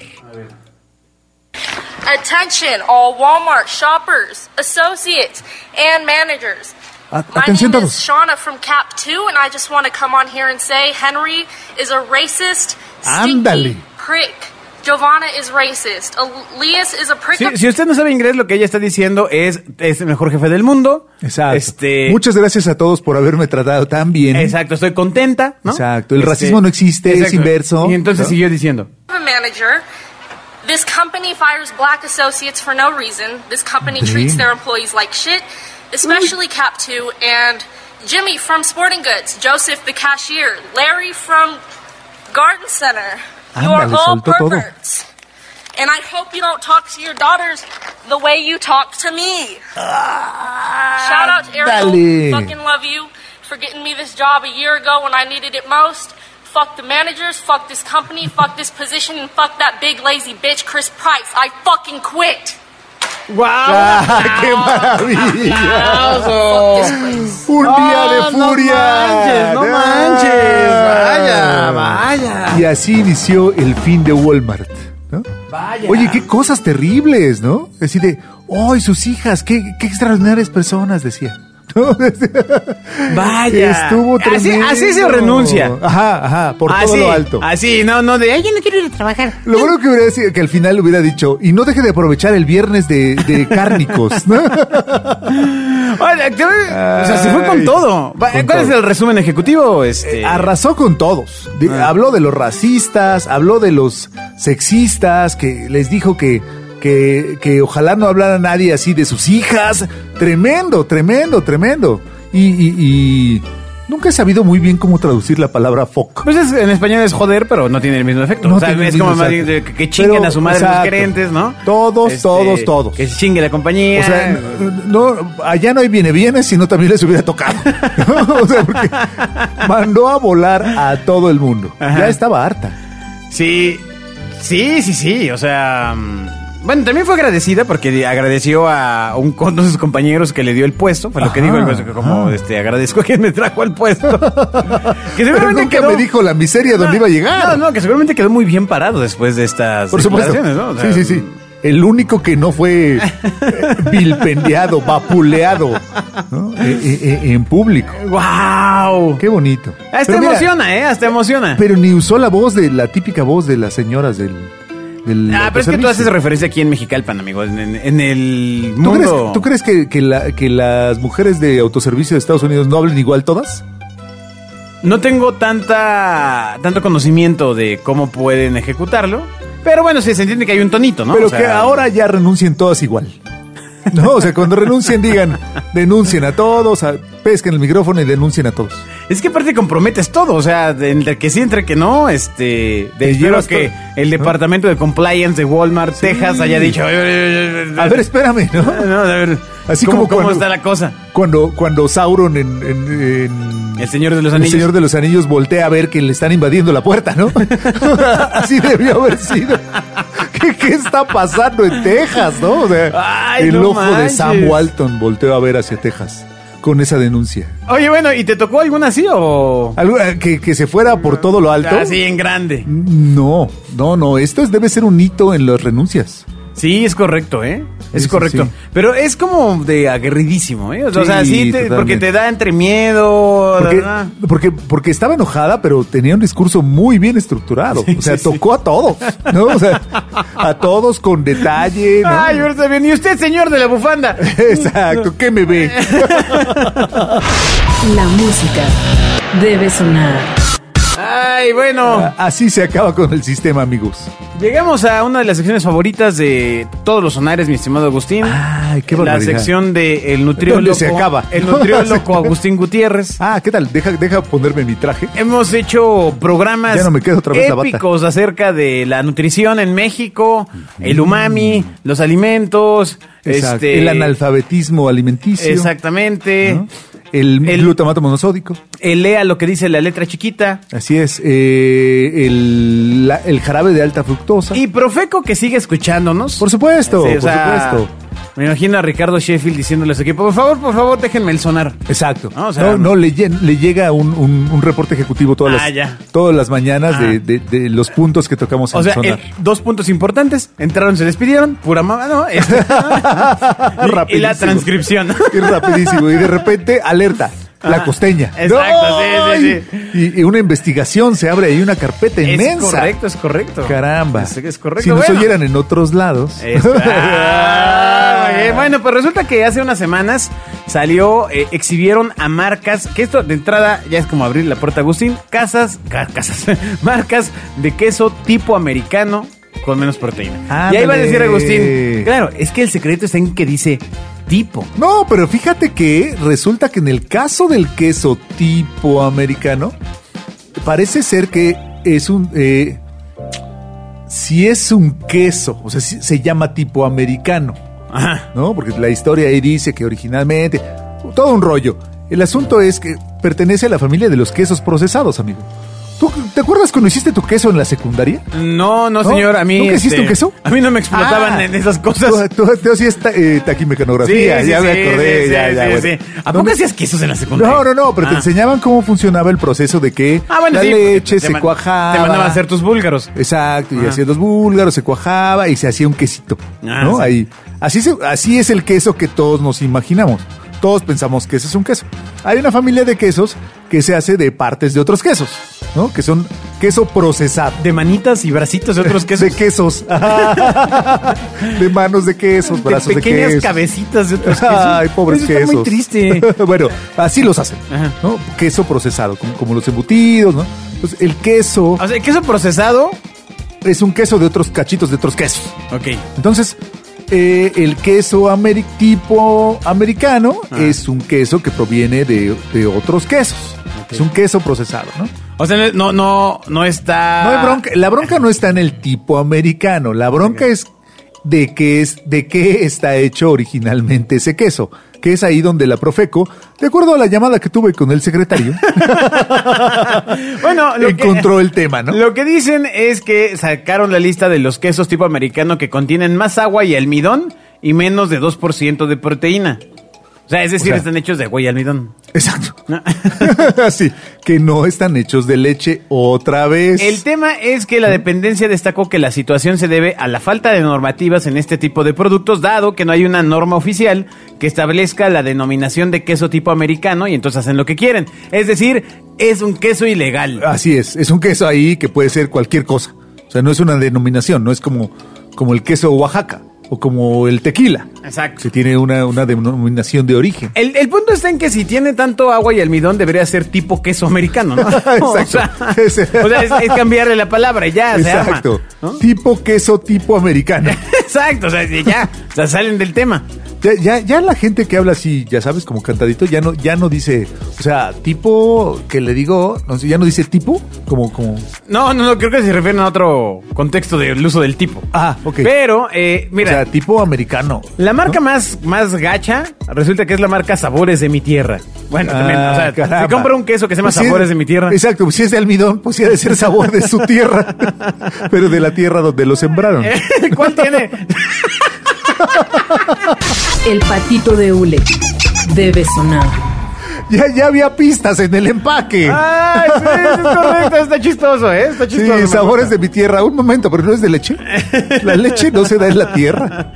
[SPEAKER 5] Attention all Walmart shoppers, associates, and managers.
[SPEAKER 3] A-
[SPEAKER 5] My
[SPEAKER 3] atención
[SPEAKER 5] name
[SPEAKER 3] todos.
[SPEAKER 5] is Shauna from Cap 2, and I just want to come on here and say Henry is a racist,
[SPEAKER 3] Ándale.
[SPEAKER 5] stinky prick. Giovanna is racist. Elias is a prick.
[SPEAKER 2] Si,
[SPEAKER 5] of-
[SPEAKER 2] si usted no sabe inglés, lo que ella está diciendo es: es el mejor jefe del mundo.
[SPEAKER 3] Exacto.
[SPEAKER 2] Este,
[SPEAKER 3] Muchas gracias a todos por haberme tratado tan bien.
[SPEAKER 2] Exacto, estoy contenta. ¿no? Este,
[SPEAKER 3] Exacto, el racismo no existe, es inverso,
[SPEAKER 2] Y entonces
[SPEAKER 3] ¿no?
[SPEAKER 2] siguió diciendo.
[SPEAKER 5] a manager. This company fires black associates for no reason. This company
[SPEAKER 3] Damn.
[SPEAKER 5] treats their employees like shit, especially Cap 2 and Jimmy from Sporting Goods, Joseph the cashier, Larry from Garden Center.
[SPEAKER 3] Ándale,
[SPEAKER 5] You're all
[SPEAKER 3] Ah, soltó todo.
[SPEAKER 5] perverts. And I hope you don't talk to your daughters the way you talk to me. Shout out to
[SPEAKER 3] Dale.
[SPEAKER 5] Ariel. Fucking love you for getting me this job a year ago when I needed it most. Fuck the managers, fuck this company, fuck this position, and fuck that big lazy bitch, Chris Price. I fucking quit.
[SPEAKER 2] ¡Wow!
[SPEAKER 3] Ah, ¡Qué maravilla!
[SPEAKER 5] Fuck this place.
[SPEAKER 3] ¡Un día de furia! Ah.
[SPEAKER 2] No manches, no manches. Vaya, vaya.
[SPEAKER 3] Y así inició el fin de Walmart. ¿no?
[SPEAKER 2] Vaya.
[SPEAKER 3] Oye, qué cosas terribles, ¿no? Así de, ¡ay, sus hijas! ¡Qué, qué extraordinarias personas! Decía. ¿No?
[SPEAKER 2] Vaya.
[SPEAKER 3] Estuvo
[SPEAKER 2] Así-
[SPEAKER 3] tremendo.
[SPEAKER 2] así se renuncia.
[SPEAKER 3] Ajá, ajá, por todo
[SPEAKER 2] así,
[SPEAKER 3] lo alto.
[SPEAKER 2] Así, Ah, no, no, de, ay, yo no quiero ir a trabajar.
[SPEAKER 3] Lo bueno que hubiera sido que al final hubiera dicho, y no deje de aprovechar el viernes de, de cárnicos, ¿no?
[SPEAKER 2] Oye, te- o sea, se fue
[SPEAKER 3] Ay,
[SPEAKER 2] con todo. Va,
[SPEAKER 3] con
[SPEAKER 2] ¿Cuál es
[SPEAKER 3] todo. Eh,
[SPEAKER 2] el resumen ejecutivo? Este,
[SPEAKER 3] Arrasó con todos. De- Habló de los racistas, habló de los sexistas, que les dijo que, que, que ojalá no hablara nadie así de sus hijas. Tremendo, tremendo, tremendo. Y, y- y nunca he sabido muy bien cómo traducir la palabra fuck.
[SPEAKER 2] Pues es- en español es joder, pero no tiene el mismo efecto.
[SPEAKER 3] No
[SPEAKER 2] o sea,
[SPEAKER 3] tiene el
[SPEAKER 2] es
[SPEAKER 3] mismo
[SPEAKER 2] como más
[SPEAKER 3] efecto.
[SPEAKER 2] bien de que, que chinguen
[SPEAKER 3] Pero,
[SPEAKER 2] a su madre
[SPEAKER 3] exacto.
[SPEAKER 2] los gerentes, ¿no? Este,
[SPEAKER 3] Todos, todos, todos.
[SPEAKER 2] Que se chingue la compañía.
[SPEAKER 3] O sea, n- no, allá no hay viene bienes, sino también les hubiera tocado. o sea, porque mandó a volar a todo el mundo.
[SPEAKER 2] Ajá.
[SPEAKER 3] Ya estaba harta.
[SPEAKER 2] Sí, sí, sí, sí. O sea, mm, Bueno, también fue agradecida porque agradeció a un con- uno de sus compañeros que le dio el puesto. Fue lo que
[SPEAKER 3] Ajá,
[SPEAKER 2] dijo, el- como este, agradezco que me trajo al puesto. que
[SPEAKER 3] Pero
[SPEAKER 2] seguramente
[SPEAKER 3] nunca
[SPEAKER 2] quedó-
[SPEAKER 3] me dijo la miseria
[SPEAKER 2] No,
[SPEAKER 3] dónde iba a llegar.
[SPEAKER 2] No, no, que seguramente quedó muy bien parado después de estas
[SPEAKER 3] Por supuesto.
[SPEAKER 2] declaraciones, ¿no? O sea,
[SPEAKER 3] sí, sí, sí. El único que no fue eh, vilpendiado, vapuleado ¿no? Eh, eh, eh, en público.
[SPEAKER 2] ¡Wow!
[SPEAKER 3] Qué bonito.
[SPEAKER 2] Hasta
[SPEAKER 3] Pero mira,
[SPEAKER 2] emociona, ¿eh? Hasta emociona.
[SPEAKER 3] Pero ni usó la voz de la típica voz de las señoras del. del
[SPEAKER 2] ah, pero es que tú
[SPEAKER 3] autoservicio.
[SPEAKER 2] haces referencia aquí en Mexicalpan, amigo. En, en- en el
[SPEAKER 3] ¿Tú crees,
[SPEAKER 2] mundo.
[SPEAKER 3] tú crees que, que la- que las mujeres de autoservicio de Estados Unidos no hablan igual todas?
[SPEAKER 2] No tengo tanta tanto conocimiento de cómo pueden ejecutarlo. Pero bueno, sí, se entiende que hay un tonito, ¿no?
[SPEAKER 3] Pero
[SPEAKER 2] O sea,
[SPEAKER 3] que ahora ya renuncien todas igual. No, o sea, cuando renuncien digan, denuncien a todos, a- pesquen el micrófono y denuncien a todos.
[SPEAKER 2] Es que aparte comprometes todo, o sea, de- entre que sí, entre que no, este...
[SPEAKER 3] Te
[SPEAKER 2] De, espero
[SPEAKER 3] llevas
[SPEAKER 2] que
[SPEAKER 3] todo,
[SPEAKER 2] el
[SPEAKER 3] ¿no?
[SPEAKER 2] departamento de compliance de Walmart, Texas, haya dicho... A ver,
[SPEAKER 3] A ver, espérame, ¿no?
[SPEAKER 2] No, a ver,
[SPEAKER 3] Así
[SPEAKER 2] ¿cómo,
[SPEAKER 3] como
[SPEAKER 2] cómo
[SPEAKER 3] cuando-
[SPEAKER 2] está la cosa?
[SPEAKER 3] Cuando, cuando Sauron en, en- en-
[SPEAKER 2] El Señor de los
[SPEAKER 3] El
[SPEAKER 2] Anillos.
[SPEAKER 3] Señor de los Anillos voltea a ver que le están invadiendo la puerta, ¿no? Así debió haber sido. ¿Qué, qué está pasando en Texas, no? O sea,
[SPEAKER 2] Ay,
[SPEAKER 3] el
[SPEAKER 2] no
[SPEAKER 3] ojo de Sam
[SPEAKER 2] manches.
[SPEAKER 3] Walton volteó a ver hacia Texas con esa denuncia.
[SPEAKER 2] Oye, bueno, ¿y te tocó alguna así o...?
[SPEAKER 3] Algo, eh, que, que se fuera por todo lo alto.
[SPEAKER 2] Así en grande.
[SPEAKER 3] No, no, no. Esto es- debe ser un hito en las renuncias.
[SPEAKER 2] Sí, es correcto, ¿eh? Es
[SPEAKER 3] Sí, sí,
[SPEAKER 2] correcto.
[SPEAKER 3] sí.
[SPEAKER 2] Pero es como de aguerridísimo, ¿eh? O sea,
[SPEAKER 3] Sí,
[SPEAKER 2] o sea, sí, te-
[SPEAKER 3] totalmente.
[SPEAKER 2] porque te da entre miedo...
[SPEAKER 3] Porque,
[SPEAKER 2] ¿verdad?
[SPEAKER 3] porque, porque estaba enojada, pero tenía un discurso muy bien estructurado. o sea, tocó a todos, ¿no? O sea, a todos con detalle, ¿no?
[SPEAKER 2] Ay, ahorita bien. ¿Y usted, señor de la bufanda?
[SPEAKER 3] Exacto, ¿qué me ve?
[SPEAKER 1] La música debe sonar.
[SPEAKER 2] Ay, bueno.
[SPEAKER 3] Así se acaba con el sistema, amigos.
[SPEAKER 2] Llegamos a una de las secciones favoritas de todos los sonares, mi estimado Agustín.
[SPEAKER 3] Ay, Ah, qué
[SPEAKER 2] La
[SPEAKER 3] barbaridad.
[SPEAKER 2] sección de el nutriólogo.
[SPEAKER 3] ¿Dónde se acaba?
[SPEAKER 2] El nutriólogo Agustín Gutiérrez.
[SPEAKER 3] Ah, ¿qué tal? Deja, deja ponerme mi traje.
[SPEAKER 2] Hemos hecho programas
[SPEAKER 3] Ya no me queda otra vez la bata.
[SPEAKER 2] épicos acerca de la nutrición en México, el umami, los alimentos,
[SPEAKER 3] Mm. Exacto.
[SPEAKER 2] este,
[SPEAKER 3] el analfabetismo alimenticio.
[SPEAKER 2] Exactamente.
[SPEAKER 3] ¿no? El,
[SPEAKER 2] El-
[SPEAKER 3] glutamato monosódico.
[SPEAKER 2] El lea lo que dice la letra chiquita.
[SPEAKER 3] Así es. eh, el, la- el jarabe de alta fructosa.
[SPEAKER 2] Y Profeco que sigue escuchándonos.
[SPEAKER 3] por supuesto,
[SPEAKER 2] Sí, o
[SPEAKER 3] por
[SPEAKER 2] sea,
[SPEAKER 3] supuesto.
[SPEAKER 2] Me imagino a Ricardo Sheffield diciéndole a su equipo, por favor, por favor, déjenme el sonar.
[SPEAKER 3] Exacto.
[SPEAKER 2] No,
[SPEAKER 3] No,
[SPEAKER 2] o sea-
[SPEAKER 3] no, le, llen- le llega un, un- un reporte ejecutivo todas,
[SPEAKER 2] Ah,
[SPEAKER 3] las,
[SPEAKER 2] ya.
[SPEAKER 3] todas las mañanas
[SPEAKER 2] Ah.
[SPEAKER 3] de, de- de los puntos que tocamos en
[SPEAKER 2] O sea,
[SPEAKER 3] sonar.
[SPEAKER 2] eh, dos puntos importantes. Entraron, se despidieron. Pura mamá, ¿no? Este- Y- y,
[SPEAKER 3] Rapidísimo.
[SPEAKER 2] la transcripción.
[SPEAKER 3] Y rapidísimo. Y de repente, alerta. La costeña.
[SPEAKER 2] Ah. Exacto, sí, sí,
[SPEAKER 3] ¡Ay! Y, y una investigación se abre ahí, una carpeta
[SPEAKER 2] es
[SPEAKER 3] inmensa.
[SPEAKER 2] correcto, es correcto.
[SPEAKER 3] Caramba.
[SPEAKER 2] Es, es correcto.
[SPEAKER 3] Si nos
[SPEAKER 2] bueno.
[SPEAKER 3] oyeran en otros lados.
[SPEAKER 2] Es- Ah, muy bien. bueno, pues resulta que hace unas semanas salió, eh, exhibieron a marcas, que esto de entrada ya es como abrir la puerta, Agustín, casas, ca- casas, marcas de queso tipo americano con menos proteína. Y ahí va a decir
[SPEAKER 3] Ándale.
[SPEAKER 2] Agustín, claro, es que el secreto está en que dice tipo.
[SPEAKER 3] No, pero fíjate que resulta que en el caso del queso tipo americano, parece ser que es un... eh, si es un queso, o sea, si- se llama tipo americano,
[SPEAKER 2] Ajá.
[SPEAKER 3] ¿no? Porque la historia ahí dice que originalmente... Todo un rollo. El asunto es que pertenece a la familia de los quesos procesados, amigo. ¿Tú te acuerdas cuando hiciste tu queso en la secundaria?
[SPEAKER 2] No, no,
[SPEAKER 3] ¿No?
[SPEAKER 2] señor, a mí... este,
[SPEAKER 3] ¿Nunca hiciste un queso?
[SPEAKER 2] A mí no me explotaban
[SPEAKER 3] Ah.
[SPEAKER 2] en esas cosas.
[SPEAKER 3] Tú, tú, tú hacías ta- eh, taquimecanografía, ya me acordé,
[SPEAKER 2] sí,
[SPEAKER 3] ya,
[SPEAKER 2] sí,
[SPEAKER 3] ya,
[SPEAKER 2] sí,
[SPEAKER 3] bueno.
[SPEAKER 2] sí. ¿A
[SPEAKER 3] No
[SPEAKER 2] poco
[SPEAKER 3] me-
[SPEAKER 2] hacías quesos en la secundaria?
[SPEAKER 3] No, no, no, pero te
[SPEAKER 2] Ah.
[SPEAKER 3] enseñaban cómo funcionaba el proceso de que
[SPEAKER 2] Ah, bueno,
[SPEAKER 3] la
[SPEAKER 2] sí,
[SPEAKER 3] leche
[SPEAKER 2] te
[SPEAKER 3] se
[SPEAKER 2] man-
[SPEAKER 3] cuajaba.
[SPEAKER 2] Te mandaban a hacer tus búlgaros.
[SPEAKER 3] Exacto, y
[SPEAKER 2] Ah.
[SPEAKER 3] hacían los búlgaros, se cuajaba y se hacía un quesito,
[SPEAKER 2] Ah,
[SPEAKER 3] ¿no?
[SPEAKER 2] sí.
[SPEAKER 3] Ahí. Así, se- así es el queso que todos nos imaginamos. Todos pensamos que ese es un queso. Hay una familia de quesos que se hace de partes de otros quesos, ¿no? Que son queso procesado.
[SPEAKER 2] De manitas y bracitos de otros quesos.
[SPEAKER 3] De quesos. de manos de quesos,
[SPEAKER 2] De
[SPEAKER 3] brazos de,
[SPEAKER 2] pequeñas
[SPEAKER 3] quesos.
[SPEAKER 2] cabecitas de otros quesos.
[SPEAKER 3] Ay, pobres
[SPEAKER 2] Eso
[SPEAKER 3] quesos.
[SPEAKER 2] Está muy triste.
[SPEAKER 3] bueno, así los hacen.
[SPEAKER 2] Ajá.
[SPEAKER 3] ¿no? Queso procesado, como, como los embutidos, ¿no? Entonces, el queso
[SPEAKER 2] O sea, queso procesado.
[SPEAKER 3] es un queso de otros cachitos de otros quesos.
[SPEAKER 2] Ok.
[SPEAKER 3] Entonces, eh, el queso ameri- tipo americano
[SPEAKER 2] Ajá.
[SPEAKER 3] es un queso que proviene de, de otros quesos. Es un queso procesado, ¿no?
[SPEAKER 2] O sea, no, no, no está.
[SPEAKER 3] No hay bronca. La bronca no está en el tipo americano. La bronca es de qué, es, de qué está hecho originalmente ese queso, que es ahí donde la Profeco, de acuerdo a la llamada que tuve con el secretario,
[SPEAKER 2] Bueno, lo que-
[SPEAKER 3] encontró el tema, ¿no?
[SPEAKER 2] Lo que dicen es que sacaron la lista de los quesos tipo americano que contienen más agua y almidón y menos de 2% de proteína. O sea, es decir,
[SPEAKER 3] O sea-
[SPEAKER 2] están hechos de agua y almidón.
[SPEAKER 3] Exacto.
[SPEAKER 2] No.
[SPEAKER 3] Así, que no están hechos de leche otra vez.
[SPEAKER 2] El tema es que la dependencia destacó que la situación se debe a la falta de normativas en este tipo de productos, dado que no hay una norma oficial que establezca la denominación de queso tipo americano y entonces hacen lo que quieren. Es decir, es un queso ilegal.
[SPEAKER 3] Así es, es un queso ahí que puede ser cualquier cosa. O sea, no es una denominación, no es como, como el queso Oaxaca o como el tequila.
[SPEAKER 2] Exacto.
[SPEAKER 3] Se tiene una, una denominación de origen.
[SPEAKER 2] El, el punto está en que si tiene tanto agua y almidón debería ser tipo queso americano, ¿no?
[SPEAKER 3] Exacto.
[SPEAKER 2] O sea, o sea, es, es cambiarle la palabra, ya se arma.
[SPEAKER 3] Exacto.
[SPEAKER 2] ¿no?
[SPEAKER 3] Tipo queso, tipo americano.
[SPEAKER 2] Exacto, o sea, ya, o sea, salen del tema.
[SPEAKER 3] Ya, ya, ya la gente que habla así, ya sabes, como cantadito, ya no, ya no dice, o sea, tipo que le digo, no sé, ya no dice tipo, como, como,
[SPEAKER 2] No, no, no, creo que se refieren a otro contexto del uso del tipo.
[SPEAKER 3] Ah, ok.
[SPEAKER 2] Pero, eh, mira,
[SPEAKER 3] o sea, tipo americano.
[SPEAKER 2] la marca más, más gacha resulta que es la marca Sabores de mi Tierra. Bueno, también, o sea,
[SPEAKER 3] Ah, caramba.
[SPEAKER 2] si compra un queso que se llama
[SPEAKER 3] Pues si es-
[SPEAKER 2] Sabores de mi Tierra.
[SPEAKER 3] Exacto, pues si es de almidón, pues sí ha de ser sabor de su tierra, pero de la tierra donde lo sembraron.
[SPEAKER 2] ¿Cuál tiene?
[SPEAKER 1] El patito de hule debe sonar.
[SPEAKER 3] Ya, ya había pistas en el empaque.
[SPEAKER 2] Ay, sí, es correcto, está chistoso, ¿eh? Está
[SPEAKER 3] Sí,
[SPEAKER 2] chistoso. me
[SPEAKER 3] sabores
[SPEAKER 2] gusta.
[SPEAKER 3] de mi tierra. Un momento, pero no es de leche. La leche no se da en la tierra.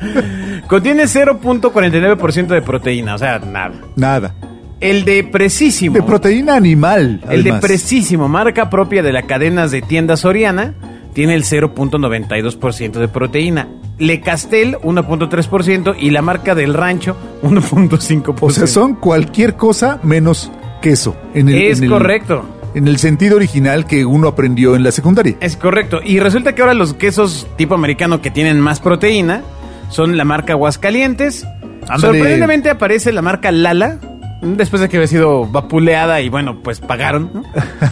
[SPEAKER 2] Contiene 0.49% de proteína, o sea, nada.
[SPEAKER 3] Nada.
[SPEAKER 2] El de Precisimo.
[SPEAKER 3] De proteína animal.
[SPEAKER 2] el de
[SPEAKER 3] además.
[SPEAKER 2] Precisimo, marca propia de la cadena de tiendas Soriana, tiene el 0.92% de proteína. Le Castel 1.3% y la marca del Rancho 1.5%.
[SPEAKER 3] O sea, son cualquier cosa menos queso. En el,
[SPEAKER 2] Es
[SPEAKER 3] en el-
[SPEAKER 2] correcto.
[SPEAKER 3] En el sentido original que uno aprendió en la secundaria.
[SPEAKER 2] Es correcto. Y resulta que ahora los quesos tipo americano que tienen más proteína son la marca Aguascalientes.
[SPEAKER 3] Ándale.
[SPEAKER 2] Sorprendentemente aparece la marca Lala. Después de que había sido vapuleada y bueno, pues pagaron, ¿no?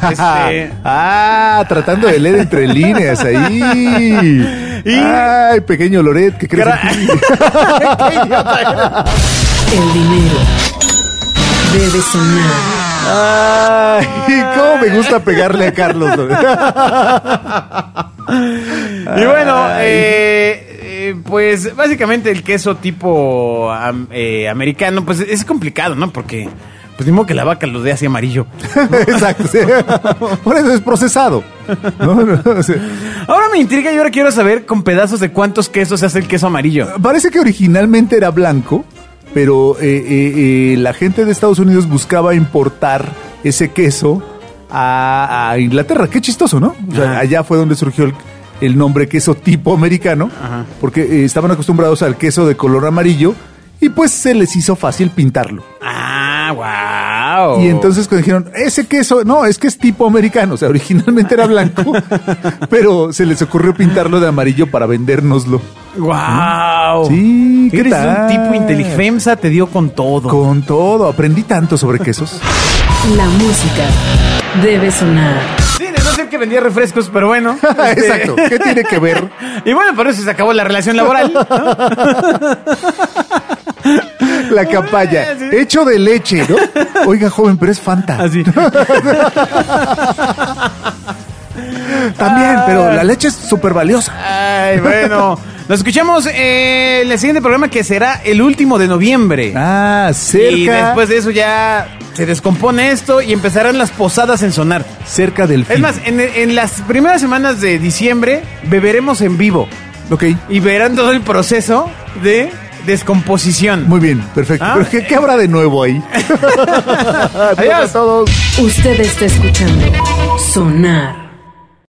[SPEAKER 2] Este,
[SPEAKER 3] ah, tratando de leer entre líneas ahí.
[SPEAKER 2] Y-
[SPEAKER 3] Ay, pequeño Loret, ¿qué crees?
[SPEAKER 2] Gra-
[SPEAKER 3] en ti?
[SPEAKER 1] El dinero debe sonar.
[SPEAKER 3] Ay, cómo me gusta pegarle a Carlos. Loret.
[SPEAKER 2] Y bueno, eh, eh, pues básicamente el queso tipo am- eh, americano, pues es complicado, ¿no? Porque pues ni modo que la vaca lo dé así amarillo.
[SPEAKER 3] Exacto. sí. Por eso es procesado. No, no, sí.
[SPEAKER 2] Ahora me intriga y ahora quiero saber con pedazos de cuántos quesos se hace el queso amarillo.
[SPEAKER 3] Parece que originalmente era blanco, pero eh, eh, eh, la gente de Estados Unidos buscaba importar ese queso a, a Inglaterra. Qué chistoso, ¿no? O sea,
[SPEAKER 2] Ajá.
[SPEAKER 3] allá fue donde surgió el, el nombre queso tipo americano,
[SPEAKER 2] Ajá.
[SPEAKER 3] porque eh, estaban acostumbrados al queso de color amarillo y pues se les hizo fácil pintarlo.
[SPEAKER 2] Ah, wow.
[SPEAKER 3] Y entonces cuando dijeron, ese queso, no, es que es tipo americano, o sea, originalmente era blanco, pero se les ocurrió pintarlo de amarillo para vendérnoslo.
[SPEAKER 2] Wow.
[SPEAKER 3] ¿Mm? Sí, ¿qué
[SPEAKER 2] Eres
[SPEAKER 3] tal?
[SPEAKER 2] un tipo inteligente. FEMSA te dio con todo.
[SPEAKER 3] Con todo, aprendí tanto sobre quesos.
[SPEAKER 1] La música debe sonar.
[SPEAKER 2] Sí, de no ser que vendía refrescos, pero bueno. este-
[SPEAKER 3] Ah, Exacto, ¿qué tiene que ver?
[SPEAKER 2] Y bueno, por eso se acabó la relación laboral. ¿no?
[SPEAKER 3] La capaya,
[SPEAKER 2] Sí.
[SPEAKER 3] hecho de leche, ¿no? Oiga, joven, pero es Fanta.
[SPEAKER 2] Así.
[SPEAKER 3] También,
[SPEAKER 2] Ah.
[SPEAKER 3] pero la leche es súper valiosa.
[SPEAKER 2] Ay, bueno. Nos escuchamos eh, en el siguiente programa que será el último de noviembre.
[SPEAKER 3] Ah, cerca,
[SPEAKER 2] y después de eso ya se descompone esto y empezarán las posadas en sonar.
[SPEAKER 3] cerca del fin.
[SPEAKER 2] Es más, en, en las primeras semanas de diciembre beberemos en vivo
[SPEAKER 3] ok,
[SPEAKER 2] y verán todo el proceso de descomposición.
[SPEAKER 3] muy bien, perfecto.
[SPEAKER 2] Ah.
[SPEAKER 3] ¿Pero qué, qué habrá de nuevo ahí?
[SPEAKER 2] Adiós.
[SPEAKER 3] todos.
[SPEAKER 1] Usted está escuchando Sonar.